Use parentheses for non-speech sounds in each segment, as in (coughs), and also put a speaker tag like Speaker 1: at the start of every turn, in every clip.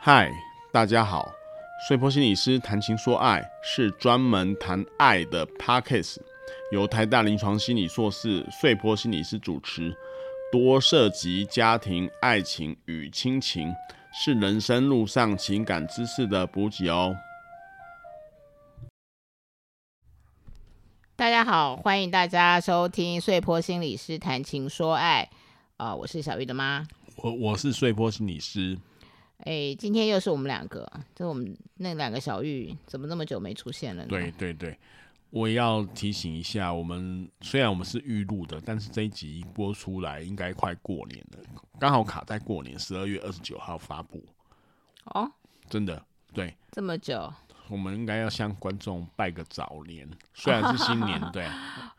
Speaker 1: 嗨，大家好，碎坡心理师谈情说爱是专门谈爱的 podcast，由台大临床心理硕士碎坡心理师主持，多涉及家庭、爱情与亲情，是人生路上情感知识的补给哦。
Speaker 2: 大家好，欢迎大家收听《碎坡心理师谈情说爱》啊、我是小玉的妈。
Speaker 1: 我我是碎坡心理师，
Speaker 2: 哎，今天又是我们两个，这我们那两个小玉怎么那么久没出现了呢？
Speaker 1: 对，对对，我也要提醒一下，我们虽然我们是预录的，但是这一集一播出来应该快过年了，刚好卡在过年，十二月二十九号发布，
Speaker 2: 哦，
Speaker 1: 真的，对
Speaker 2: 这么久，
Speaker 1: 我们应该要向观众拜个早年，虽然是新
Speaker 2: (laughs)
Speaker 1: 年，对，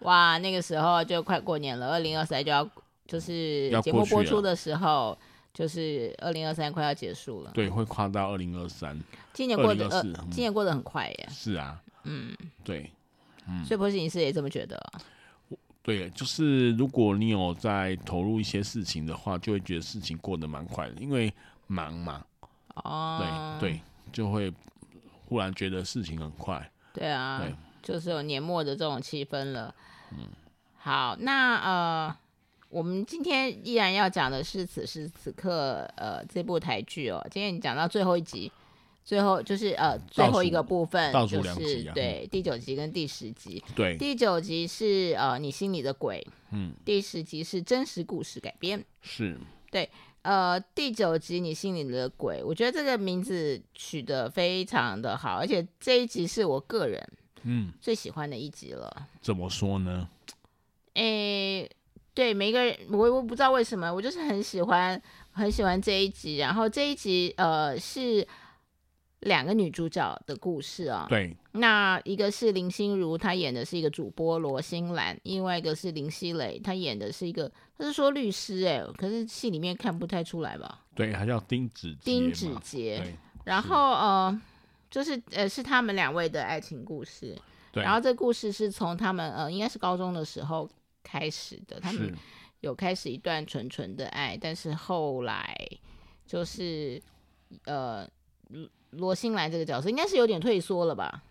Speaker 2: 哇，那个时候就快过年了，二零二三就要就是
Speaker 1: 要
Speaker 2: 节
Speaker 1: 过
Speaker 2: 目
Speaker 1: 去
Speaker 2: 播
Speaker 1: 了
Speaker 2: 出的时候，就是二零二三快要结束了。
Speaker 1: 对，会跨到二零二三，
Speaker 2: 今年过得呃
Speaker 1: 2024嗯，
Speaker 2: 今年过得很快耶，
Speaker 1: 是啊，嗯，对嗯
Speaker 2: 碎坡心理师也这么觉得。
Speaker 1: 对，就是如果你有在投入一些事情的话，就会觉得事情过得蛮快的，因为忙嘛，
Speaker 2: 哦，
Speaker 1: 对对，就会忽然觉得事情很快。
Speaker 2: 对啊，
Speaker 1: 对嗯
Speaker 2: 就是有年末的这种气氛了。好，那呃，我们今天依然要讲的是此时此刻呃这部台剧哦，今天你讲到最后一集，最后就是呃最后一个部分，
Speaker 1: 倒数
Speaker 2: 就
Speaker 1: 两
Speaker 2: 是
Speaker 1: 集啊
Speaker 2: 对第九集跟第十集。
Speaker 1: 对，
Speaker 2: 第九集是呃你心里的鬼，
Speaker 1: 嗯，
Speaker 2: 第十集是真实故事改编。
Speaker 1: 是，
Speaker 2: 呃，第九集《你心里的鬼》，我觉得这个名字取得非常的好，而且这一集是我个人
Speaker 1: 嗯，
Speaker 2: 最喜欢的一集了。
Speaker 1: 怎么说呢？
Speaker 2: 诶、对，每一个人，我我不知道为什么，我就是很喜欢，很喜欢这一集。然后这一集，呃，是两个女主角的故事啊、
Speaker 1: 对，
Speaker 2: 那一个是林心如，她演的是一个主播罗心兰；，另外一个是林熙蕾，她演的是一个，她是说律师、诶，可是戏里面看不太出来吧？
Speaker 1: 对，还叫丁子杰
Speaker 2: 丁
Speaker 1: 嘛
Speaker 2: 子杰，
Speaker 1: 对
Speaker 2: 然
Speaker 1: 是
Speaker 2: 后呃，就是呃，是他们两位的爱情故事。
Speaker 1: 对，
Speaker 2: 然后这故事是从他们呃，应该是高中的时候开始的，他
Speaker 1: 是
Speaker 2: 们有开始一段纯纯的爱，但是后来就是呃，罗罗新兰这个角色应该是有点退缩了吧？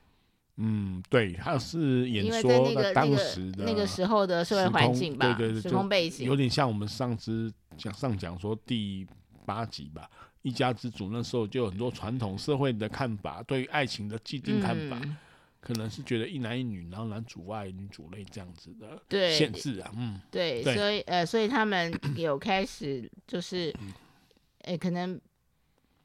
Speaker 1: 嗯，对，他是演
Speaker 2: 因为在
Speaker 1: 说
Speaker 2: 那个那
Speaker 1: 当
Speaker 2: 个
Speaker 1: 时的
Speaker 2: 那个时候的社会
Speaker 1: 时
Speaker 2: 环
Speaker 1: 空
Speaker 2: 境
Speaker 1: 对
Speaker 2: 吧，
Speaker 1: 对对
Speaker 2: 时
Speaker 1: 就
Speaker 2: 空背
Speaker 1: 有
Speaker 2: 景，
Speaker 1: 点像我们上次讲上讲说第八集吧。一家之主那时候就有很多传统社会的看法，对于爱情的既定看法，
Speaker 2: 嗯，
Speaker 1: 可能是觉得一男一女，然后男主外女主内这样子的
Speaker 2: 对，
Speaker 1: 限制啊，嗯，
Speaker 2: 对，
Speaker 1: 对
Speaker 2: 所以呃，所以他们有开始就是，
Speaker 1: 嗯
Speaker 2: 呃，可能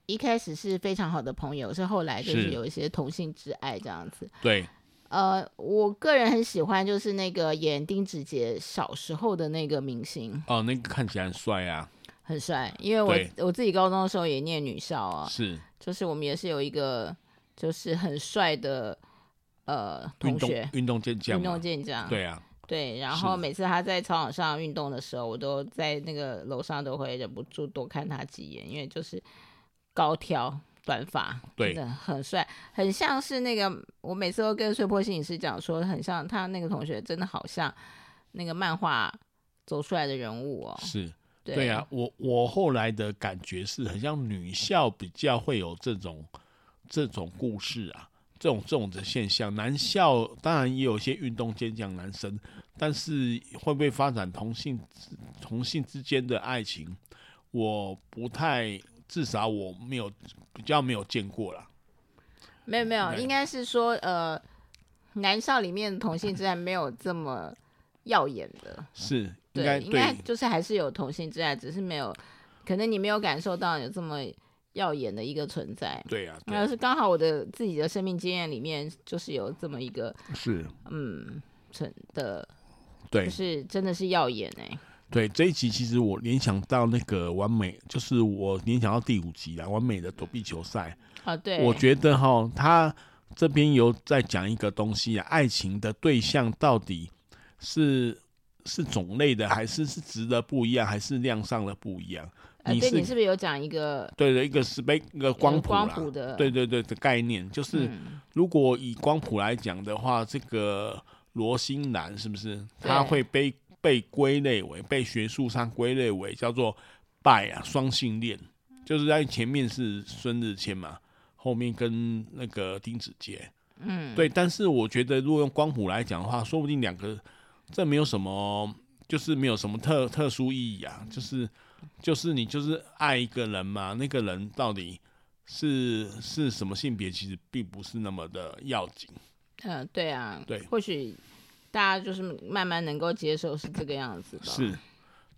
Speaker 2: 一开始是非常好的朋友，是后来就是
Speaker 1: 是
Speaker 2: 有一些同性之爱这样子。
Speaker 1: 对，
Speaker 2: 呃，我个人很喜欢就是那个演丁子杰小时候的那个明星，
Speaker 1: 哦、那个看起来很帅啊，
Speaker 2: 很帅，因为
Speaker 1: 对
Speaker 2: 我我自己高中的时候也念女校啊，
Speaker 1: 是
Speaker 2: 就是我们也是有一个就是很帅的呃
Speaker 1: 运
Speaker 2: 同
Speaker 1: 动
Speaker 2: 学，
Speaker 1: 运动健将
Speaker 2: 运
Speaker 1: 嘛，
Speaker 2: 动健将，
Speaker 1: 对啊，
Speaker 2: 对，然
Speaker 1: 是
Speaker 2: 后每次他在操场上运动的时候，我都在那个楼上都会忍不住多看他几眼，因为就是高挑、短发，
Speaker 1: 对
Speaker 2: 真的很帅，很像是那个我每次都跟碎破心理师讲说，很像他那个同学，真的好像那个漫画走出来的人物哦。
Speaker 1: 是
Speaker 2: 对
Speaker 1: 对啊，，我我后来的感觉是，很像女校比较会有这种这种故事啊，这种这种的现象。男校当然也有一些运动健将男生，但是会不会发展同性之同性之间的爱情，我不太，至少我没有比较没有见过啦。
Speaker 2: 没有没有，
Speaker 1: 对
Speaker 2: 应该是说呃，男校里面的同性之爱没有这么耀眼的。
Speaker 1: 是应该
Speaker 2: 对，应该
Speaker 1: 对
Speaker 2: 就是还是有同性之爱，只是没有，可能你没有感受到有这么耀眼的一个存在。
Speaker 1: 对啊，
Speaker 2: 那
Speaker 1: 对
Speaker 2: 是刚好我的自己的生命经验里面，就是有这么一个
Speaker 1: 是，
Speaker 2: 嗯存的，
Speaker 1: 对
Speaker 2: 就是真的是耀眼哎、
Speaker 1: 对这一集，其实我联想到那个完美，就是我联想到第五集啦，完美的躲避球赛。
Speaker 2: 啊对，
Speaker 1: 我觉得哈，他这边有在讲一个东西啊，爱情的对象到底是是种类的，还是是值的不一样，还是量上的不一样？
Speaker 2: 呃
Speaker 1: 你
Speaker 2: 对
Speaker 1: 是
Speaker 2: 你是不是有讲一个
Speaker 1: 对的，一个是被一个光
Speaker 2: 有
Speaker 1: 谱啦，
Speaker 2: 光谱的
Speaker 1: 对对对的概念，就是
Speaker 2: 嗯
Speaker 1: 如果以光谱来讲的话，这个罗心兰是不是他会被被归类为被学术上归类为叫做拜啊双性恋？就是在前面是孙日谦嘛，后面跟那个丁子杰，
Speaker 2: 嗯，
Speaker 1: 对，但是我觉得如果用光谱来讲的话，说不定两个这没有什么，就是没有什么特特殊意义啊，就是就是你就是爱一个人嘛，那个人到底是是什么性别，其实并不是那么的要紧。
Speaker 2: 嗯、对啊，
Speaker 1: 对
Speaker 2: 或许大家就是慢慢能够接受是这个样子吧，，
Speaker 1: 是，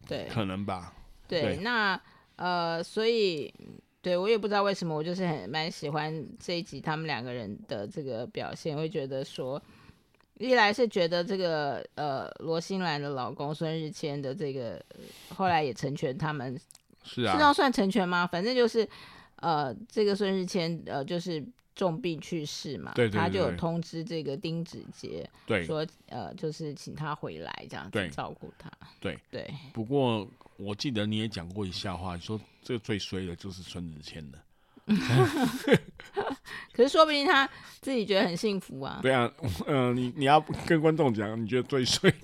Speaker 2: 对
Speaker 1: 啊可能吧。
Speaker 2: 对，
Speaker 1: 对
Speaker 2: 那呃，所以对我也不知道为什么，我就是很蛮喜欢这一集他们两个人的这个表现，会觉得说，一来是觉得这个呃罗新兰的老公孙日谦的这个后来也成全他们
Speaker 1: 是
Speaker 2: 是这
Speaker 1: 啊，
Speaker 2: 样算成全吗？反正就是，呃，这个孙日谦呃就是重病去世嘛，
Speaker 1: 对对
Speaker 2: 他
Speaker 1: 对
Speaker 2: 就有
Speaker 1: 对
Speaker 2: 通知这个丁子杰
Speaker 1: 对。
Speaker 2: 说，呃，就是请他回来这样子
Speaker 1: 对
Speaker 2: 照顾他。
Speaker 1: 对
Speaker 2: 对，
Speaker 1: 不过我记得你也讲过一笑话，你说这最衰的就是孙子谦的。
Speaker 2: 可是说不定他自己觉得很幸福啊。
Speaker 1: 对啊， (laughs) 嗯、你你要跟观众讲，你觉得最衰的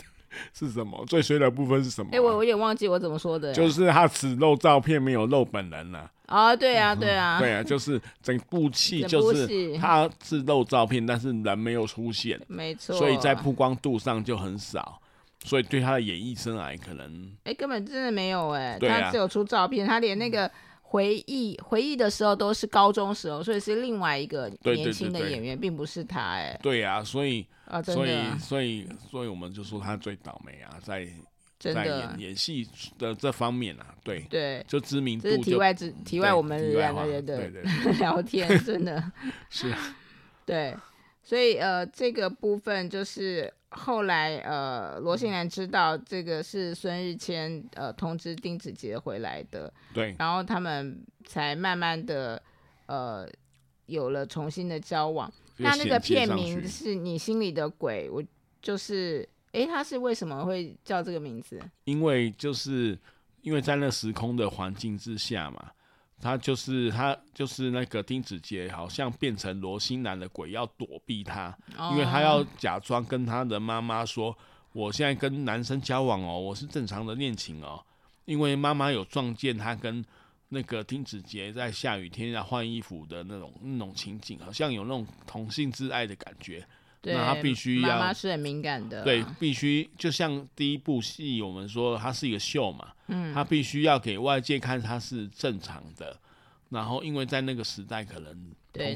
Speaker 1: 是什么？最衰的部分是什么啊、
Speaker 2: 哎、我我有点忘记我怎么说的。
Speaker 1: 就是他只露照片，没有露本人啦、
Speaker 2: 啊，对啊，对啊，
Speaker 1: 对啊，就是整部戏
Speaker 2: 整
Speaker 1: 就
Speaker 2: 部
Speaker 1: 是
Speaker 2: 戏
Speaker 1: 他是露照片，但是人没有出现，
Speaker 2: 没错。
Speaker 1: 所以在曝光度上就很少，所以对他的演艺生涯可能
Speaker 2: 哎、根本真的没有哎、
Speaker 1: 对啊嗯
Speaker 2: 他只有出照片，他连那个回忆回忆的时候都是高中时候，所以是另外一个
Speaker 1: 对对
Speaker 2: 年轻的
Speaker 1: 对对
Speaker 2: 演员，并不是他哎、
Speaker 1: 对啊，所以
Speaker 2: 啊，真
Speaker 1: 所
Speaker 2: 的
Speaker 1: 以
Speaker 2: 啊
Speaker 1: 所以所以我们就说他最倒霉啊，在
Speaker 2: 真
Speaker 1: 在
Speaker 2: 的
Speaker 1: 演演戏的这方面啊，对，
Speaker 2: 对，
Speaker 1: 就知名
Speaker 2: 这是
Speaker 1: 度
Speaker 2: 题
Speaker 1: 就
Speaker 2: 外之题
Speaker 1: 对
Speaker 2: 外，我们
Speaker 1: 题外
Speaker 2: 两
Speaker 1: 话
Speaker 2: 个人
Speaker 1: 对
Speaker 2: 的
Speaker 1: 对对
Speaker 2: (laughs) 聊天真的
Speaker 1: 是啊
Speaker 2: 对，所以呃，这个部分就是后来呃，罗信兰知道这个是孙日谦呃通知丁子杰回来的，
Speaker 1: 对
Speaker 2: 然后他们才慢慢的呃有了重新的交往。那那
Speaker 1: 衔
Speaker 2: 个
Speaker 1: 接
Speaker 2: 片
Speaker 1: 上
Speaker 2: 名
Speaker 1: 去
Speaker 2: 是你心里的鬼，我就是诶，他是为什么会叫这个名字？
Speaker 1: 因为就是因为在那时空的环境之下嘛，他就是他就是那个丁子杰，好像变成罗心兰的鬼，要躲避他，
Speaker 2: 哦
Speaker 1: 因为他要假装跟他的妈妈说，我现在跟男生交往哦，我是正常的恋情哦，因为妈妈有撞见他跟。那个丁子杰在下雨天要换衣服的那种那种情景，好像有那种同性之爱的感觉。
Speaker 2: 对，
Speaker 1: 那他必须
Speaker 2: 妈
Speaker 1: 要
Speaker 2: 妈是很敏感的，啊
Speaker 1: 对，必须就像第一部戏，我们说它是一个秀嘛，嗯，它必须要给外界看它是正常的。然后，因为在那个时代，可能
Speaker 2: 对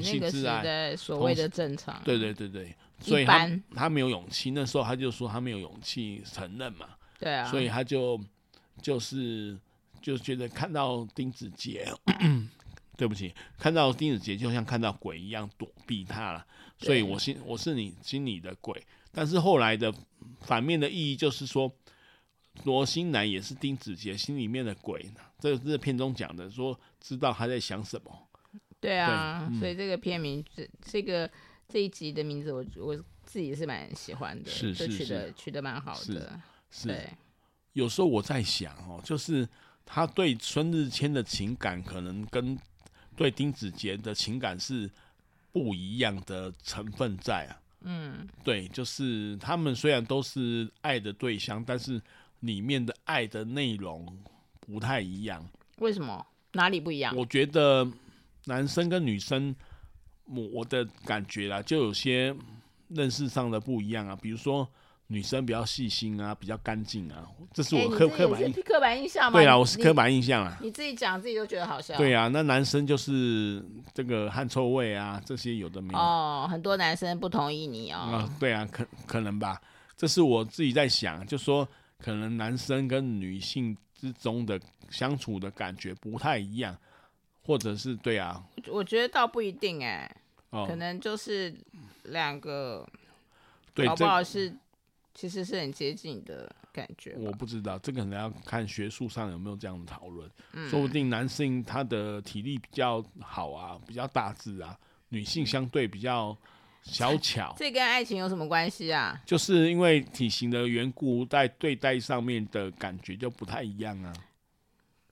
Speaker 1: 同
Speaker 2: 那
Speaker 1: 性
Speaker 2: 个时
Speaker 1: 之爱，
Speaker 2: 代所
Speaker 1: 同
Speaker 2: 谓
Speaker 1: 时
Speaker 2: 的正常，
Speaker 1: 对对对对，
Speaker 2: 一
Speaker 1: 所以他
Speaker 2: 般
Speaker 1: 他没有勇气，那时候他就说他没有勇气承认嘛，
Speaker 2: 对啊，
Speaker 1: 所以他就就是就觉得看到丁子杰， (coughs) 对不起，看到丁子杰就像看到鬼一样躲避他了，所以
Speaker 2: 对
Speaker 1: 我心我是你心里的鬼。但是后来的反面的意义就是说，罗心南也是丁子杰心里面的鬼呢。这这片中讲的说，知道他在想什么。
Speaker 2: 对啊，
Speaker 1: 对嗯
Speaker 2: 所以这个片名这这个这一集的名字我，我自己是蛮喜欢的，
Speaker 1: 是
Speaker 2: 就是取
Speaker 1: 是
Speaker 2: 得取得蛮好
Speaker 1: 是
Speaker 2: 的，
Speaker 1: 是
Speaker 2: 对
Speaker 1: 有时候我在想哦，就是他对孙日谦的情感，可能跟对丁子杰的情感是不一样的成分在啊。嗯，对，就是他们虽然都是爱的对象，但是里面的爱的内容不太一样。
Speaker 2: 为什么哪里不一样？哎
Speaker 1: 我觉得男生跟女生，我我的感觉啦，就有些认识上的不一样啊，比如说。女生比较细心啊，比较干净啊，这是
Speaker 2: 哎
Speaker 1: 我
Speaker 2: 你
Speaker 1: 刻
Speaker 2: 自己
Speaker 1: 刻
Speaker 2: 也
Speaker 1: 板印
Speaker 2: 是刻板印象吗？
Speaker 1: 对啦，啊
Speaker 2: 你啊
Speaker 1: 我是刻，板印象啦。
Speaker 2: 你你自己讲自己都觉得好笑，
Speaker 1: 对啊，那男生就是这个汗臭味啊，这些有的没有啊、
Speaker 2: 哦，很多男生不同意你哦，
Speaker 1: 对啊，可可能吧。这是我自己在想，就说可能男生跟女性之中的相处的感觉不太一样，或者是对啊，
Speaker 2: 我我觉得倒不一定哎、
Speaker 1: 哦
Speaker 2: 可，能就是两个
Speaker 1: 对
Speaker 2: 搞不
Speaker 1: 这
Speaker 2: 好是其实是很接近的感觉吧，
Speaker 1: 我不知道，这可能要看学术上有没有这样的讨论。
Speaker 2: 嗯
Speaker 1: 说不定男性他的体力比较好啊，比较大致啊，女性相对比较小巧。啊
Speaker 2: 这跟爱情有什么关系啊？
Speaker 1: 就是因为体型的缘故，在对待上面的感觉就不太一样啊。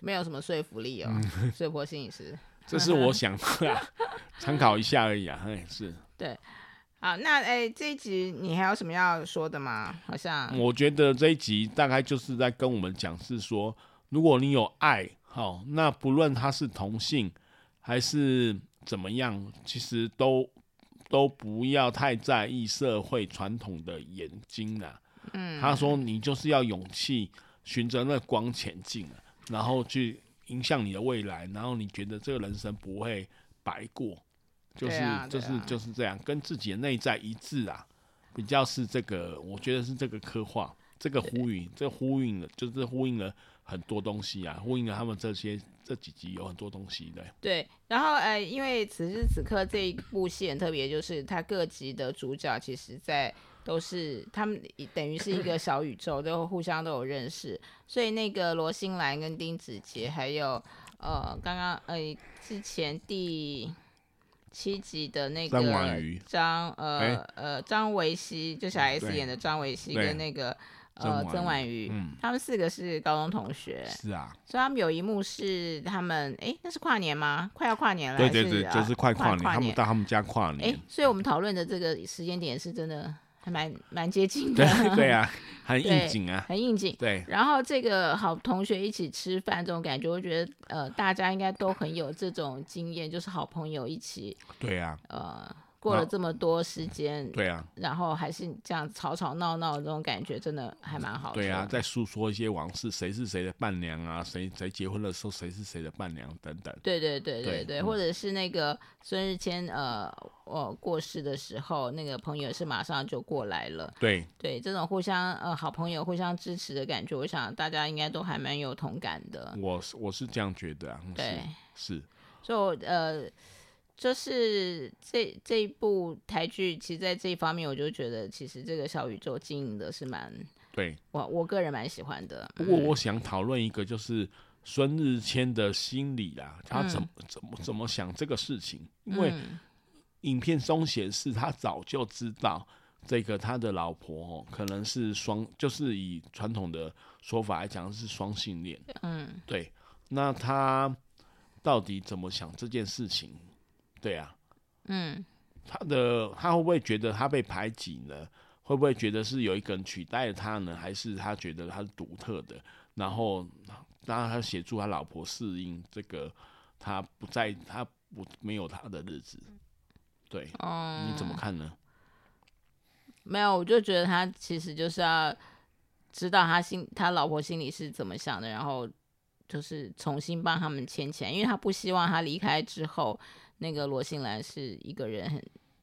Speaker 2: 没有什么说服力哦，
Speaker 1: 嗯 (laughs)
Speaker 2: 所以婆心理师。
Speaker 1: 这是我想的、啊，参考一下而已啊。哎，是，
Speaker 2: 好，那哎，这一集你还有什么要说的吗？好像
Speaker 1: 我觉得这一集大概就是在跟我们讲，是说，如果你有爱好，那不论他是同性还是怎么样，其实都都不要太在意社会传统的眼睛啦。嗯，他说你就是要勇气，循着那光前进啊，然后去影响你的未来，然后你觉得这个人生不会白过，就是、
Speaker 2: 对啊
Speaker 1: 就
Speaker 2: 对
Speaker 1: 是
Speaker 2: 啊
Speaker 1: 就是这样，跟自己的内在一致啊，比较是这个，我觉得是这个刻画，这个呼吁，这呼应了，就是呼应了很多东西啊，呼应了他们这些这几集有很多东西的，
Speaker 2: 对，然后呃，因为此时此刻这一部戏很特别，就是它各集的主角其实在都是他们一等于是一个小宇宙，都互相都有认识，所以那个罗新兰跟丁子杰，还有呃刚刚呃之前第七集的那个
Speaker 1: 张婉瑜
Speaker 2: 张呃、
Speaker 1: 哎嗯
Speaker 2: 呃张维熙，就小 S
Speaker 1: 对
Speaker 2: 演的张维熙
Speaker 1: 对
Speaker 2: 跟那个
Speaker 1: 曾
Speaker 2: 呃
Speaker 1: 婉瑜
Speaker 2: 曾婉瑜，
Speaker 1: 嗯
Speaker 2: 他们四个是高中同学，
Speaker 1: 是啊，
Speaker 2: 所以他们有一幕是他们，哎，那是跨年吗？快要跨年了，
Speaker 1: 对对
Speaker 2: 还
Speaker 1: 对，
Speaker 2: 呃
Speaker 1: 就是快跨
Speaker 2: 跨
Speaker 1: 年，他们
Speaker 2: 年。
Speaker 1: 到他们家跨
Speaker 2: 哎
Speaker 1: 年，，
Speaker 2: 所以我们讨论的这个时间点是真的还蛮蛮接近的，
Speaker 1: (laughs) 对对啊，很应
Speaker 2: 对
Speaker 1: 景啊，
Speaker 2: 很应景。
Speaker 1: 对，
Speaker 2: 然后这个好同学一起吃饭这种感觉，我觉得呃，大家应该都很有这种经验，就是好朋友一起
Speaker 1: 对啊，
Speaker 2: 呃，过了
Speaker 1: 那
Speaker 2: 这么多时间，
Speaker 1: 啊对啊，
Speaker 2: 然后还是这样吵吵闹闹的这种感觉，真的还蛮好的。
Speaker 1: 对啊，在诉说一些往事，谁是谁的伴娘啊，谁谁结婚的时候谁是谁的伴娘等等，
Speaker 2: 对对对
Speaker 1: 对
Speaker 2: 对对，
Speaker 1: 嗯
Speaker 2: 或者是那个孙日谦呃呃过世的时候，那个朋友也是马上就过来了。
Speaker 1: 对
Speaker 2: 对，这种互相呃好朋友互相支持的感觉，我想大家应该都还蛮有同感的。
Speaker 1: 我是我是这样觉得啊，
Speaker 2: 嗯对，
Speaker 1: 嗯是是，
Speaker 2: 所以我呃，就是这这一部台剧，其实在这一方面，我就觉得其实这个小宇宙经营的是蛮
Speaker 1: 对。
Speaker 2: 我我个人蛮喜欢的。
Speaker 1: 不过我想讨论一个，就是孙日谦的心理啦，他怎么、怎么怎么想这个事情？因为
Speaker 2: 嗯
Speaker 1: 影片中显示，他早就知道这个他的老婆、哦、可能是双，就是以传统的说法来讲是双性恋。
Speaker 2: 嗯，
Speaker 1: 对，那他到底怎么想这件事情？对啊，
Speaker 2: 嗯，
Speaker 1: 他的他会不会觉得他被排挤呢？会不会觉得是有一个人取代了他呢？还是他觉得他是独特的？然后让他协助他老婆适应这个他不在他不没有他的日子。对，
Speaker 2: 哦、
Speaker 1: 你怎么看呢？
Speaker 2: 没有，我就觉得他其实就是要知道他心他老婆心里是怎么想的，然后就是重新帮他们牵起来，因为他不希望他离开之后，那个罗欣兰是一个人很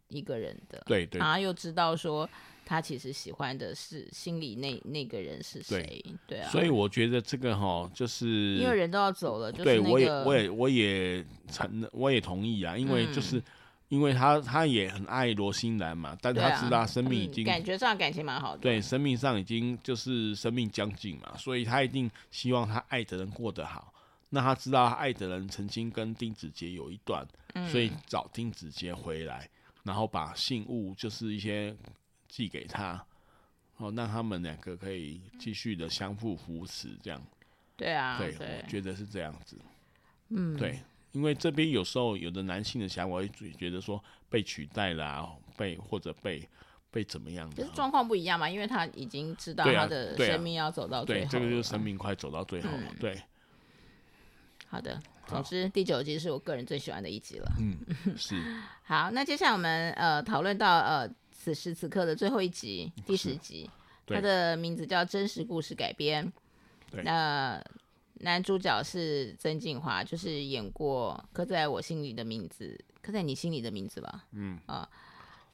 Speaker 2: 一个人的，
Speaker 1: 对对
Speaker 2: 然后又知道说他其实喜欢的是心里那那个人是谁，对啊，
Speaker 1: 所以我觉得这个哈，就是
Speaker 2: 因为人都要走了，就是、
Speaker 1: 对
Speaker 2: 那个、嗯
Speaker 1: 我也我也我也承认我也同意啊，因为就是。因为他他也很爱罗欣兰嘛，但
Speaker 2: 对
Speaker 1: 他
Speaker 2: 啊
Speaker 1: 知道他生命已
Speaker 2: 嗯
Speaker 1: 经
Speaker 2: 感觉上感情蛮好的，
Speaker 1: 对，生命上已经就是生命将近嘛，所以他一定希望他爱的人过得好。那他知道他爱的人曾经跟丁子杰有一段，所
Speaker 2: 嗯
Speaker 1: 以找丁子杰回来，然后把信物就是一些寄给他，哦，让他们两个可以继续的相互扶持，这样。
Speaker 2: 对啊，
Speaker 1: 对，
Speaker 2: 对
Speaker 1: 我觉得是这样子。嗯，对，因为这边有时候有的男性的想法会觉得说被取代啦、哦被或者被被怎么样
Speaker 2: 可
Speaker 1: 的啊
Speaker 2: 是。状况不一样嘛，因为他已经知道
Speaker 1: 对啊
Speaker 2: 他的
Speaker 1: 对啊
Speaker 2: 生命要走到最
Speaker 1: 对，
Speaker 2: 嗯后、
Speaker 1: 这个就是生命快走到最后嘛。对，
Speaker 2: 好的，总之第九集是我个人最喜欢的一集了。
Speaker 1: 嗯
Speaker 2: (laughs)
Speaker 1: 是
Speaker 2: 好，那接下来我们呃讨论到呃此时此刻的最后一集，第十集，
Speaker 1: 对
Speaker 2: 它的名字叫《真实故事改编》。
Speaker 1: 对
Speaker 2: 那男主角是曾静华，就是演过《刻在我心里的名字》，刻在你心里的名字吧。嗯啊、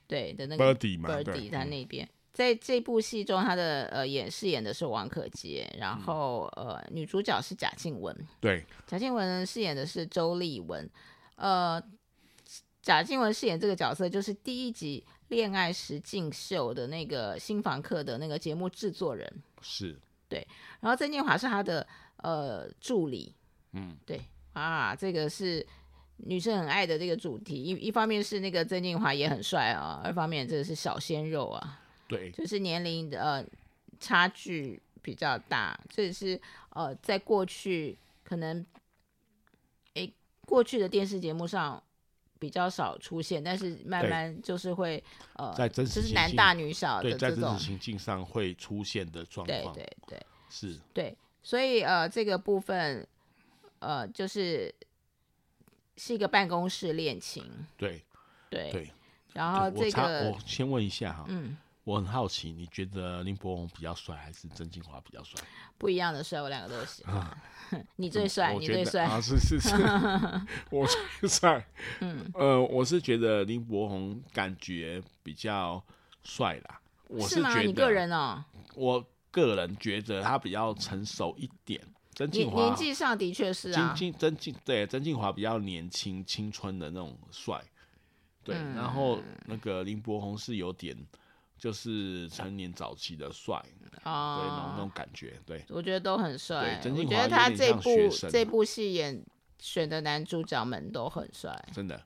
Speaker 2: 对的那个
Speaker 1: Birdy 嘛
Speaker 2: b i r
Speaker 1: 对嗯
Speaker 2: d 他那边。在这部戏中，他的呃演饰演的是王可杰，然后、呃女主角是贾静雯，
Speaker 1: 对
Speaker 2: 贾静雯饰演的是周丽雯，呃，贾静雯饰演这个角色就是第一集《恋爱实境秀》的那个新房客的那个节目制作人，
Speaker 1: 是，
Speaker 2: 然后曾建华是他的呃助理，嗯，对啊，这个是女生很爱的这个主题，一一方面是那个曾建华也很帅啊，二方面这个是小鲜肉啊，
Speaker 1: 对
Speaker 2: 就是年龄的呃差距比较大，这也是呃在过去可能诶过去的电视节目上比较少出现，但是慢
Speaker 1: 对
Speaker 2: 慢就是会呃
Speaker 1: 在真实
Speaker 2: 就是
Speaker 1: 情
Speaker 2: 男
Speaker 1: 境
Speaker 2: 大女小
Speaker 1: 对，
Speaker 2: 的
Speaker 1: 在
Speaker 2: 这
Speaker 1: 真
Speaker 2: 种
Speaker 1: 实，情境上会出现的状
Speaker 2: 对
Speaker 1: 况
Speaker 2: 对对
Speaker 1: 是，
Speaker 2: 对，所以呃这个部分。呃，就是是一个办公室恋情，
Speaker 1: 对
Speaker 2: 对。
Speaker 1: 对。
Speaker 2: 然后
Speaker 1: 对
Speaker 2: 这
Speaker 1: 我插
Speaker 2: 个
Speaker 1: 我，先问一下哈，
Speaker 2: 嗯，
Speaker 1: 我很好奇，你觉得林柏宏比较帅还是曾金华比较帅？
Speaker 2: 不一样的帅，我两个都喜欢。 (laughs) 你最
Speaker 1: 嗯
Speaker 2: 帅，
Speaker 1: 我
Speaker 2: 你
Speaker 1: 觉
Speaker 2: 最
Speaker 1: 得
Speaker 2: 帅，
Speaker 1: 啊，是
Speaker 2: (laughs)
Speaker 1: 是是，我最帅。嗯，呃，我是觉得林柏宏感觉比较帅啦。我
Speaker 2: 是吗？
Speaker 1: 觉
Speaker 2: 你
Speaker 1: 得，啊
Speaker 2: 个人哦，
Speaker 1: 我个人觉得他比较成熟一点。曾
Speaker 2: 年
Speaker 1: 庆华
Speaker 2: 年，纪上的确是
Speaker 1: 曾
Speaker 2: 啊，
Speaker 1: 庆曾庆对曾庆华比较年轻、青春的那种帅。对，
Speaker 2: 嗯
Speaker 1: 然后那个林柏宏是有点就是成年早期的帅，对，那种那
Speaker 2: 哦
Speaker 1: 种，感觉，对。
Speaker 2: 我觉得都很帅
Speaker 1: 对。曾
Speaker 2: 我
Speaker 1: 庆
Speaker 2: 觉
Speaker 1: 华
Speaker 2: 得
Speaker 1: 有
Speaker 2: 他
Speaker 1: 点
Speaker 2: 这
Speaker 1: 像
Speaker 2: 部
Speaker 1: 学生啊
Speaker 2: 这部戏演选的男主角们都很帅，
Speaker 1: 真的，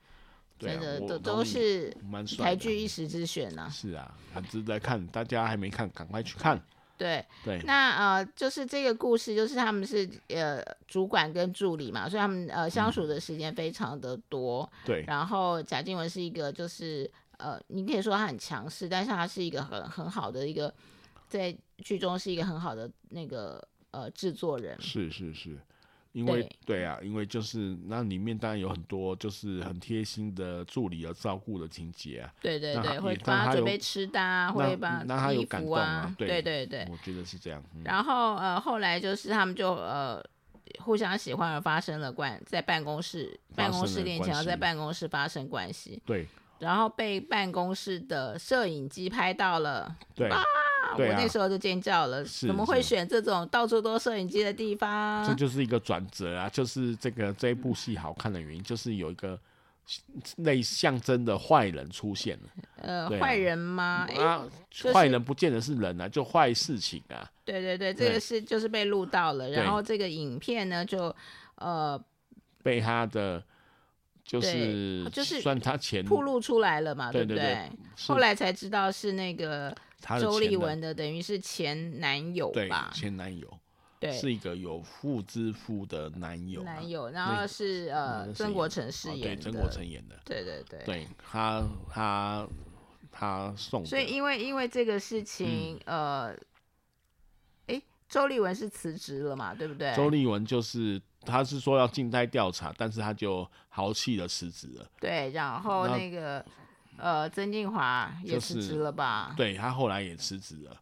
Speaker 1: 对
Speaker 2: 真
Speaker 1: 啊
Speaker 2: 的
Speaker 1: 我
Speaker 2: 都
Speaker 1: 同
Speaker 2: 都
Speaker 1: 意
Speaker 2: 是
Speaker 1: 蛮帅
Speaker 2: 台
Speaker 1: 的啊
Speaker 2: 剧一时之选呐。
Speaker 1: 是啊，很值得看，大家还没看，赶快去
Speaker 2: (laughs)
Speaker 1: 看。
Speaker 2: 对，
Speaker 1: 对，
Speaker 2: 那呃，就是这个故事，就是他们是呃主管跟助理嘛，所以他们呃
Speaker 1: 嗯
Speaker 2: 相处的时间非常的多。
Speaker 1: 对，
Speaker 2: 然后贾静雯是一个就是呃，你可以说她很强势，但是她是一个很很好的一个在剧中是一个很好的那个呃制作人。
Speaker 1: 是是是，因为
Speaker 2: 对
Speaker 1: 对啊，因为就是那里面当然有很多就是很贴心的助理和照顾的情节啊，
Speaker 2: 对对
Speaker 1: 那
Speaker 2: 对，
Speaker 1: 她
Speaker 2: 会
Speaker 1: 也
Speaker 2: 帮
Speaker 1: 让
Speaker 2: 她
Speaker 1: 她
Speaker 2: 准
Speaker 1: 有
Speaker 2: 备吃的啊，
Speaker 1: 那
Speaker 2: 会帮
Speaker 1: 那她有
Speaker 2: 衣
Speaker 1: 感
Speaker 2: 服
Speaker 1: 动啊对
Speaker 2: 对对对。
Speaker 1: 我觉得是这样。嗯、
Speaker 2: 然后呃，后来就是他们就呃互相喜欢而发生了关，在办公室
Speaker 1: 发
Speaker 2: 办公
Speaker 1: 生
Speaker 2: 室
Speaker 1: 了
Speaker 2: 恋
Speaker 1: 关
Speaker 2: 情，然后在
Speaker 1: 系
Speaker 2: 办公室发生关系，
Speaker 1: 对
Speaker 2: 然后被办公室的摄影机拍到了。
Speaker 1: 对，
Speaker 2: 啊
Speaker 1: 对
Speaker 2: 我
Speaker 1: 啊
Speaker 2: 那时候就尖叫了，
Speaker 1: 是
Speaker 2: 怎么会
Speaker 1: 是
Speaker 2: 选这种到处都摄影机的地
Speaker 1: 这
Speaker 2: 方？
Speaker 1: 就是一个转折啊，就是这个这一部戏好看的原因，就是有一个类象征的坏人出现了
Speaker 2: 呃，
Speaker 1: 对啊
Speaker 2: 坏人吗？哎、
Speaker 1: 啊，
Speaker 2: 就是
Speaker 1: 坏人不见得是人啊，就坏事情啊。
Speaker 2: 对对对，这个
Speaker 1: 对
Speaker 2: 是就是被录到了，
Speaker 1: 对
Speaker 2: 然后这个影片呢就呃
Speaker 1: 被他的就
Speaker 2: 对哦
Speaker 1: 是
Speaker 2: 就是
Speaker 1: 算他前
Speaker 2: 曝露出来了
Speaker 1: 嗯
Speaker 2: 嘛，
Speaker 1: 对
Speaker 2: 不
Speaker 1: 对对是
Speaker 2: 后来才知道是那个
Speaker 1: 他的
Speaker 2: 周
Speaker 1: 前
Speaker 2: 立
Speaker 1: 任
Speaker 2: 文的，等于是前男友
Speaker 1: 对
Speaker 2: 吧？
Speaker 1: 前男友
Speaker 2: 对，
Speaker 1: 是一个有妇之夫的男友啊，
Speaker 2: 男友，然后是
Speaker 1: 那
Speaker 2: 呃
Speaker 1: 个
Speaker 2: 曾
Speaker 1: 谁
Speaker 2: 国
Speaker 1: 演
Speaker 2: 成饰
Speaker 1: 哦对
Speaker 2: 演的，
Speaker 1: 曾国成演的，
Speaker 2: 对对对。
Speaker 1: 对他他他送的，
Speaker 2: 所以因为因为这个事情，
Speaker 1: 嗯
Speaker 2: 呃，哎，周立文是辞职了嘛，对不对？
Speaker 1: 周立文就是他是说要静待调查，但是他就豪气的辞职了，
Speaker 2: 对，然后
Speaker 1: 那
Speaker 2: 那个呃，曾静华也
Speaker 1: 就
Speaker 2: 辞职
Speaker 1: 是
Speaker 2: 了吧？
Speaker 1: 对他后来也辞职了，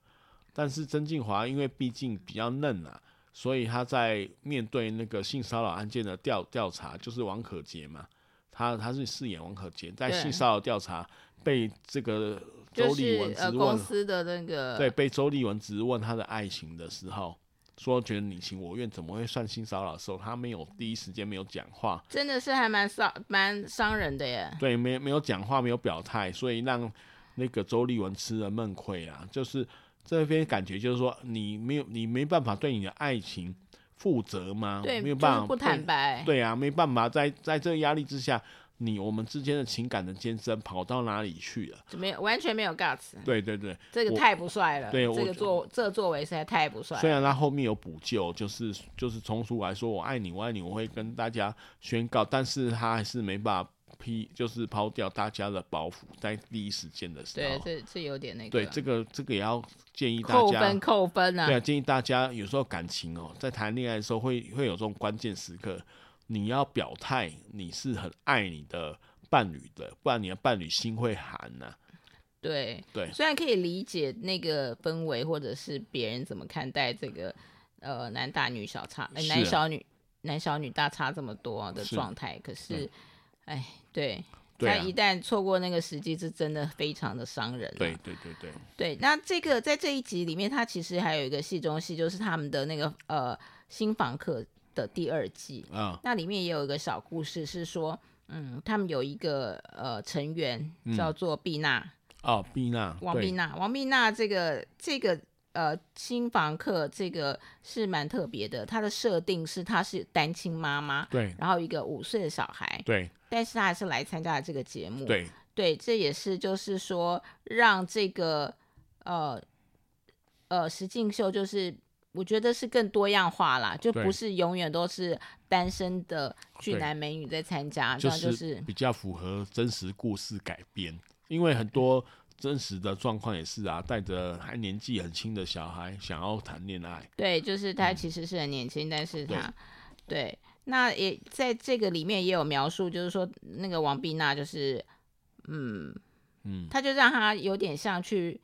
Speaker 1: 但是曾静华因为毕竟比较嫩啊。所以他在面对那个性骚扰案件的调调查，就是王可杰嘛，他他是饰演王可杰，在
Speaker 2: 对
Speaker 1: 性骚扰调查被这个周
Speaker 2: 就
Speaker 1: 立
Speaker 2: 是
Speaker 1: 文
Speaker 2: 呃
Speaker 1: 质
Speaker 2: 公
Speaker 1: 问，
Speaker 2: 司的那个
Speaker 1: 对，被周立文质问他的爱情的时候，说觉得你情我愿，怎么会算性骚扰的时候，他没有第一时间没有讲话，
Speaker 2: 真的是还蛮伤蛮伤人的耶。
Speaker 1: 对，没没有讲话，没有表态，所以让那个周立文吃了闷亏啊。就是这边感觉就是说，你没有，你没办法对你的爱情负责吗？
Speaker 2: 对，
Speaker 1: 啊没
Speaker 2: 就
Speaker 1: 有
Speaker 2: 是
Speaker 1: 办法
Speaker 2: 不坦白。
Speaker 1: 对啊，没办法，在在这个压力之下，你我们之间的情感的坚贞跑到哪里去了？
Speaker 2: 没有完全没有 guts，
Speaker 1: 对对对，
Speaker 2: 这个
Speaker 1: 我
Speaker 2: 太不帅了。
Speaker 1: 对
Speaker 2: 这
Speaker 1: 我
Speaker 2: 个作这作为实在太不帅
Speaker 1: 虽
Speaker 2: 了。
Speaker 1: 然他后面有补救，就是就是冲出来说我爱你，我爱你，我会跟大家宣告，但是他还是没办法批，就是抛掉大家的包袱，在第一时间的时候
Speaker 2: 对，，这这有点那个。
Speaker 1: 哦对这个这个也要建议大
Speaker 2: 扣
Speaker 1: 家
Speaker 2: 分，扣分啊
Speaker 1: 对！啊，建议大家有时候感情哦，在谈恋爱的时候会会有这种关键时刻，你要表态你是很爱你的伴侣的，不然你的伴侣心会寒呐、
Speaker 2: 对
Speaker 1: 对
Speaker 2: 虽然可以理解那个氛围，或者是别人怎么看待这个呃男大女小差，呃
Speaker 1: 是
Speaker 2: 男
Speaker 1: 啊
Speaker 2: 小女男小女大差这么多的
Speaker 1: 是
Speaker 2: 状态，可是，哎，对。
Speaker 1: 对
Speaker 2: 但
Speaker 1: 啊
Speaker 2: 一旦错过那个时机，是真的非常的伤人、啊
Speaker 1: 对，对对对，
Speaker 2: 对，那这个在这一集里面，它其实还有一个戏中戏，就是他们的那个呃新房客的第二季。
Speaker 1: 啊、
Speaker 2: 那里面也有一个小故事，是说，嗯，他们有一个呃成员
Speaker 1: 嗯
Speaker 2: 叫做碧娜，
Speaker 1: 哦，碧娜，
Speaker 2: 王
Speaker 1: 对
Speaker 2: 碧娜，王碧娜这个这个呃新房客这个是蛮特别的，她的设定是她是单亲妈妈，
Speaker 1: 对
Speaker 2: 然后一个五岁的小孩，
Speaker 1: 对
Speaker 2: 但是她还是来参加了这个节目，
Speaker 1: 对
Speaker 2: 对这也是就是说让这个呃呃石进秀就是。我觉得是更多样化啦，就
Speaker 1: 对
Speaker 2: 不是永远都是单身的俊
Speaker 1: 对
Speaker 2: 男美女在参加，
Speaker 1: 就
Speaker 2: 这样就是
Speaker 1: 比较符合真实故事改编，因为很多真实的状况也是啊，带着还年纪很轻的小孩想要谈恋爱，
Speaker 2: 对，就是他其实是很年轻，但是
Speaker 1: 嗯对
Speaker 2: 他对那也在这个里面也有描述，就是说那个王碧娜就是，嗯
Speaker 1: 嗯，
Speaker 2: 他就让他有点像去，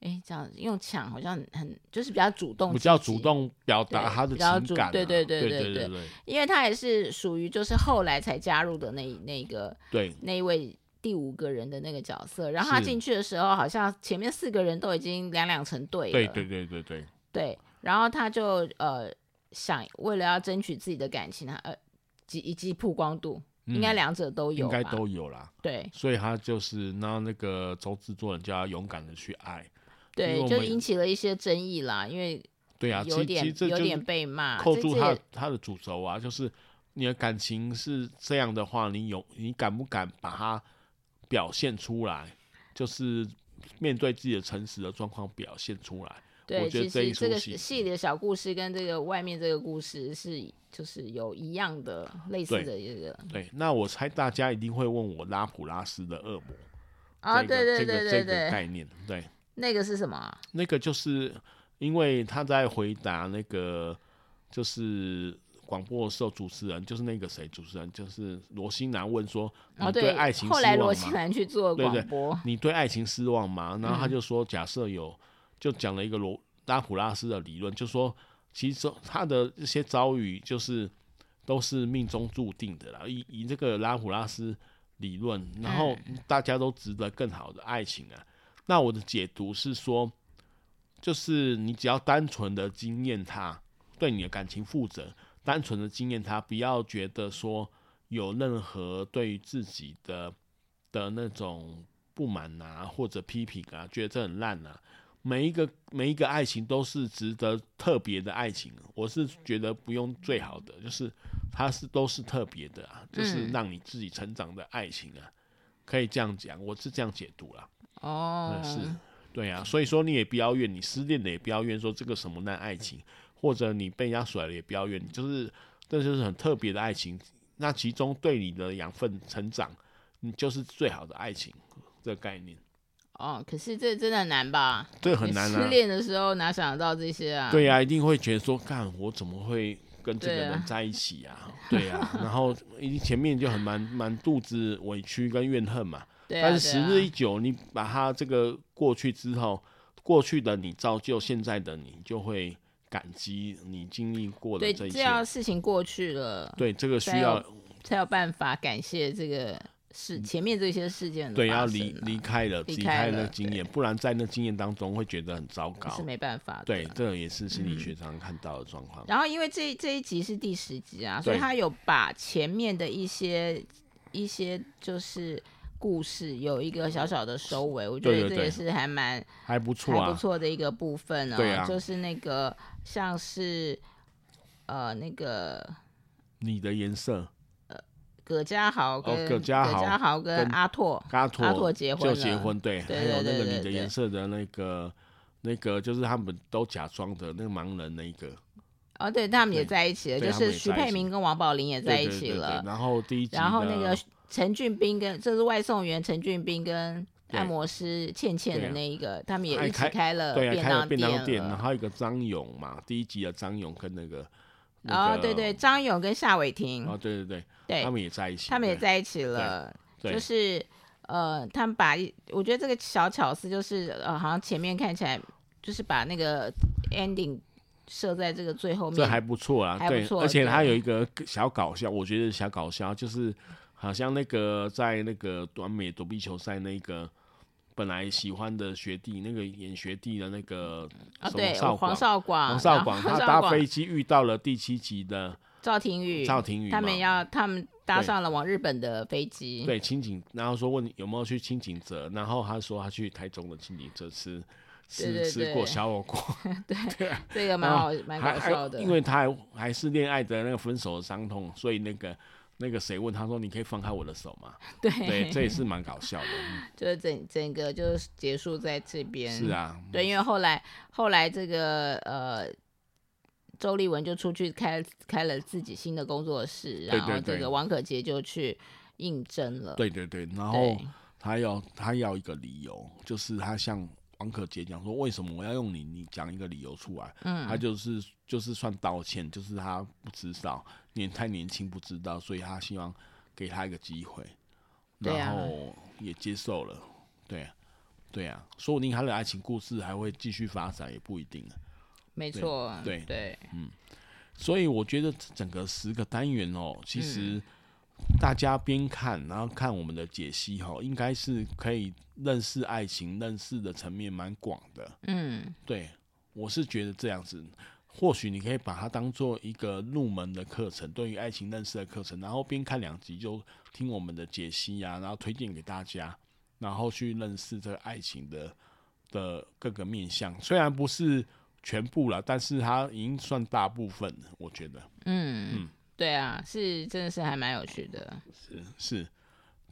Speaker 2: 哎，这样用抢好像很很就是比较主动，
Speaker 1: 比较主，动表达
Speaker 2: 哦对
Speaker 1: 他的
Speaker 2: 比较
Speaker 1: 情
Speaker 2: 主
Speaker 1: 感啊、
Speaker 2: 对对对
Speaker 1: 对
Speaker 2: 对
Speaker 1: 对
Speaker 2: 对
Speaker 1: 对
Speaker 2: 因为他也是属于就是后来才加入的那一那个
Speaker 1: 对
Speaker 2: 那一位第五个人的那个角色。然后他
Speaker 1: 是
Speaker 2: 进去的时候，好像前面四个人都已经两两成对了，
Speaker 1: 对对对对对，
Speaker 2: 对然后他就呃想为了要争取自己的感情，他呃及以及曝光度，应该
Speaker 1: 嗯
Speaker 2: 两者都
Speaker 1: 应
Speaker 2: 有吧，
Speaker 1: 该都有啦。
Speaker 2: 对
Speaker 1: 所以他就是那那个周制作人就要勇敢的去爱，因为
Speaker 2: 对，
Speaker 1: 我
Speaker 2: 就
Speaker 1: 们
Speaker 2: 引起了一些争议啦，因为
Speaker 1: 对啊，其
Speaker 2: 有
Speaker 1: 其
Speaker 2: 点
Speaker 1: 实这
Speaker 2: 有
Speaker 1: 就
Speaker 2: 点
Speaker 1: 是
Speaker 2: 被骂，
Speaker 1: 扣
Speaker 2: 这
Speaker 1: 住
Speaker 2: 这
Speaker 1: 他
Speaker 2: 也
Speaker 1: 他的主轴啊，就是你的感情是这样的话，你有你敢不敢把它表现出来，就是面对自己的诚实的状况表现出来。
Speaker 2: 对，
Speaker 1: 我觉得
Speaker 2: 其
Speaker 1: 这一
Speaker 2: 实这
Speaker 1: 出
Speaker 2: 个
Speaker 1: 戏
Speaker 2: 戏里的小故事跟这个外面这个故事是就是有一样的类似
Speaker 1: 对
Speaker 2: 的一个
Speaker 1: 对，那我猜大家一定会问我拉普拉斯的恶魔
Speaker 2: 啊，
Speaker 1: 这
Speaker 2: 对
Speaker 1: 个
Speaker 2: 对对
Speaker 1: 这
Speaker 2: 对
Speaker 1: 个这个
Speaker 2: 对，
Speaker 1: 概念，对，
Speaker 2: 那个是什么啊？
Speaker 1: 那个就是因为他在回答那个就是广播的时候，主持人就是那个谁，主持人就是罗新南问说：“
Speaker 2: 哦，
Speaker 1: 你嗯爱情
Speaker 2: 后来
Speaker 1: 失
Speaker 2: 罗
Speaker 1: 望
Speaker 2: 西
Speaker 1: 吗？
Speaker 2: 兰去做
Speaker 1: 对对
Speaker 2: 广播，
Speaker 1: 你对爱情失望吗？”然后他就说：“假设有，就讲了一个罗拉普拉斯的理论，就说其实他的这些遭遇就是都是命中注定的啦。以以这个拉普拉斯理论，然后大家都值得更好的爱情啊。那我的解读是说，就是你只要单纯的经验它，对你的感情负责，单纯的经验它，不要觉得说有任何对于自己的的那种不满啊，或者批评啊，觉得这很烂啊。每一个每一个爱情都是值得特别的爱情，啊我是觉得不用最好的，就是它是都是特别的啊，就是
Speaker 2: 嗯
Speaker 1: 让你自己成长的爱情啊，可以这样讲，我是这样解读啦。
Speaker 2: 哦
Speaker 1: 嗯，，是，对啊，所以说你也不要怨你失恋的，也不要怨说这个什么烂爱情，或者你被人家甩了也不要怨，就是这就是很特别的爱情。那其中对你的养分成长，你就是最好的爱情这个概念，
Speaker 2: 哦，可是这真的很难吧？
Speaker 1: 这个很
Speaker 2: 你
Speaker 1: 难
Speaker 2: 失
Speaker 1: 啊。
Speaker 2: 恋的时候哪想得到这些啊？
Speaker 1: 对啊，一定会觉得说，干我怎么会跟这个
Speaker 2: 对啊
Speaker 1: 人在一起
Speaker 2: (laughs)
Speaker 1: 啊？对啊，然后一前面就很满满肚子委屈跟怨恨嘛。
Speaker 2: 对啊，
Speaker 1: 但是
Speaker 2: 对
Speaker 1: 时
Speaker 2: 啊
Speaker 1: 日一久，你把它这个过去之后，过去的你造就现在的你，就会感激你经历过的
Speaker 2: 对，
Speaker 1: 这一
Speaker 2: 这
Speaker 1: 切。
Speaker 2: 要事情过去了，
Speaker 1: 对，这个需
Speaker 2: 才
Speaker 1: 要
Speaker 2: 有才有办法感谢这个事前面这些事件的
Speaker 1: 嗯对要
Speaker 2: 发
Speaker 1: 离
Speaker 2: 生啊
Speaker 1: 离开了
Speaker 2: 离
Speaker 1: 离
Speaker 2: 开
Speaker 1: 开
Speaker 2: 了
Speaker 1: 了经验，不然在那经验当中会觉得很糟糕
Speaker 2: 这是。没办法的。
Speaker 1: 对，这也是心
Speaker 2: 嗯
Speaker 1: 理学上看到的状况。
Speaker 2: 然后因为这这一集是第十集啊，所以
Speaker 1: 对
Speaker 2: 他有把前面的一些一些就是故事有一个小小的收尾，我觉
Speaker 1: 对
Speaker 2: 得
Speaker 1: 对
Speaker 2: 这
Speaker 1: 对
Speaker 2: 也是还蛮
Speaker 1: 还不
Speaker 2: 还
Speaker 1: 错
Speaker 2: 不
Speaker 1: 啊，
Speaker 2: 错的一个部分哦。
Speaker 1: 对啊
Speaker 2: 就是那个像是呃那个
Speaker 1: 你的颜色，
Speaker 2: 葛家豪跟、
Speaker 1: 哦葛家豪
Speaker 2: 跟
Speaker 1: 跟
Speaker 2: 阿拓，
Speaker 1: 阿拓
Speaker 2: 阿拓结婚
Speaker 1: 就结
Speaker 2: 了
Speaker 1: 婚，对，
Speaker 2: 对
Speaker 1: 还有
Speaker 2: 对
Speaker 1: 那个
Speaker 2: 对
Speaker 1: 你的
Speaker 2: 对
Speaker 1: 颜色的那个那个，就是他们都假装的那个盲人那一个，
Speaker 2: 哦，对，他们也
Speaker 1: 对
Speaker 2: 在一起了，
Speaker 1: 对
Speaker 2: 就
Speaker 1: 他们
Speaker 2: 是
Speaker 1: 也
Speaker 2: 徐
Speaker 1: 在一
Speaker 2: 佩
Speaker 1: 起
Speaker 2: 明跟王宝林也在
Speaker 1: 对
Speaker 2: 一
Speaker 1: 对
Speaker 2: 起
Speaker 1: 对对
Speaker 2: 了。
Speaker 1: 然后第一集呢，
Speaker 2: 然后那个陈俊斌跟这是外送员陈俊斌跟
Speaker 1: 对
Speaker 2: 按摩师倩倩的
Speaker 1: 对啊
Speaker 2: 那一个，他们也
Speaker 1: 还
Speaker 2: 一起
Speaker 1: 开
Speaker 2: 开了
Speaker 1: 对啊，开了
Speaker 2: 呃当
Speaker 1: 便当店，然
Speaker 2: 了。
Speaker 1: 后一个张勇嘛，第一集的张勇跟那个，那
Speaker 2: 哦，
Speaker 1: 个
Speaker 2: 对对，，张勇跟夏伟霆，
Speaker 1: 哦对对对，
Speaker 2: 对
Speaker 1: 他，们也在一起，
Speaker 2: 他们也
Speaker 1: 对，
Speaker 2: 在一起了。
Speaker 1: 对
Speaker 2: 就是呃，他们把一，我觉得这个小巧思就是呃，好像前面看起来就是把那个 ending 设在这个最后
Speaker 1: 这
Speaker 2: 面，
Speaker 1: 还不错啊，
Speaker 2: 还不
Speaker 1: 对，
Speaker 2: 错
Speaker 1: 而且
Speaker 2: 对
Speaker 1: 他有一个小搞笑，我觉得小搞笑就是好像那个在那个短美躲避球赛那个。本来喜欢的学弟，那个演学弟的那个
Speaker 2: 啊，
Speaker 1: 什么
Speaker 2: 对，
Speaker 1: 少
Speaker 2: 黄
Speaker 1: 广，
Speaker 2: 少
Speaker 1: 黄
Speaker 2: 广，黄
Speaker 1: 少广
Speaker 2: 黄 (laughs)
Speaker 1: 他
Speaker 2: 少
Speaker 1: 搭
Speaker 2: 广
Speaker 1: 飞机遇到了第七集的
Speaker 2: 赵廷宇，
Speaker 1: 赵廷宇嘛，
Speaker 2: 他们要他们搭
Speaker 1: 对
Speaker 2: 上了往日本的飞机，
Speaker 1: 对清景，然后说问你有没有去清景泽，然后他说他去台中的清景泽吃
Speaker 2: 对对
Speaker 1: 吃吃
Speaker 2: 对
Speaker 1: 过小火锅，
Speaker 2: 这个蛮
Speaker 1: 然后
Speaker 2: 好蛮
Speaker 1: 还
Speaker 2: 搞
Speaker 1: 还
Speaker 2: 笑的，
Speaker 1: 因为他还还是恋爱的那个分手的伤痛，所以那个那个谁问他说你可以放开我的手吗？
Speaker 2: 对
Speaker 1: 对，这也是蛮搞笑的，嗯
Speaker 2: (laughs) 就是整整个就是结束在这边，
Speaker 1: 是，啊，
Speaker 2: 对，因为后来后来这个呃。周立文就出去开开了自己新的工作室，
Speaker 1: 对
Speaker 2: 然后
Speaker 1: 对
Speaker 2: 这
Speaker 1: 对
Speaker 2: 个王可杰就去应征了。
Speaker 1: 对对对，然后
Speaker 2: 对
Speaker 1: 他要他要一个理由，就是他向王可杰讲说为什么我要用你，你讲一个理由出来，
Speaker 2: 嗯
Speaker 1: 他就是就是算道歉，就是他不知道，年太年轻不知道，所以他希望给他一个机会，
Speaker 2: 对啊
Speaker 1: 然后也接受了，对啊，对啊，说不定他的爱情故事还会继续发展，也不一定啊。
Speaker 2: 没错，
Speaker 1: 对
Speaker 2: 对，
Speaker 1: 所以我觉得这整个十个单元哦，其实大家边看，然后看我们的解析哦，应该是可以认识爱情，认识的层面蛮广的。
Speaker 2: 嗯，
Speaker 1: 对，我是觉得这样子，或许你可以把它当做一个入门的课程，对于爱情认识的课程，然后边看两集就听我们的解析啊，然后推荐给大家，然后去认识这个爱情的的各个面向。虽然不是全部了，但是它已经算大部分了，我觉得
Speaker 2: 嗯，对啊，是真的是还蛮有趣的。
Speaker 1: 是是，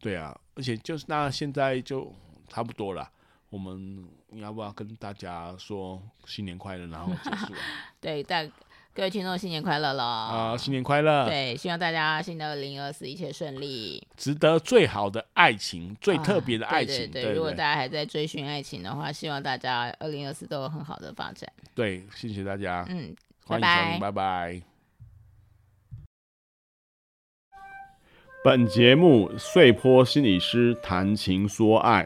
Speaker 1: 对啊，而且就是那现在就差不多了。我们要不要跟大家说新年快乐，然后结束啊？
Speaker 2: 对，大各位听众新年快乐喽！
Speaker 1: 啊、新年快乐！
Speaker 2: 对，希望大家新的二零二四一切顺利。
Speaker 1: 值得最好的爱情，最
Speaker 2: 啊
Speaker 1: 特别的爱情，
Speaker 2: 对
Speaker 1: 对
Speaker 2: 对对，如果
Speaker 1: 对
Speaker 2: 大家还在追寻爱情的话，希望大家二零二四都有很好的发展。
Speaker 1: 对谢谢大家，
Speaker 2: 嗯，
Speaker 1: 欢迎收
Speaker 2: 拜
Speaker 1: 听，拜
Speaker 2: 拜
Speaker 1: 拜。本节目《碎坡心理师谈情说爱》，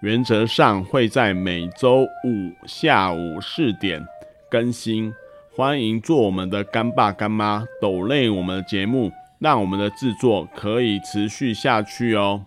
Speaker 1: 原则上会在每周五下午四点更新，欢迎做我们的干爸干妈，抖累我们的节目，让我们的制作可以持续下去哦。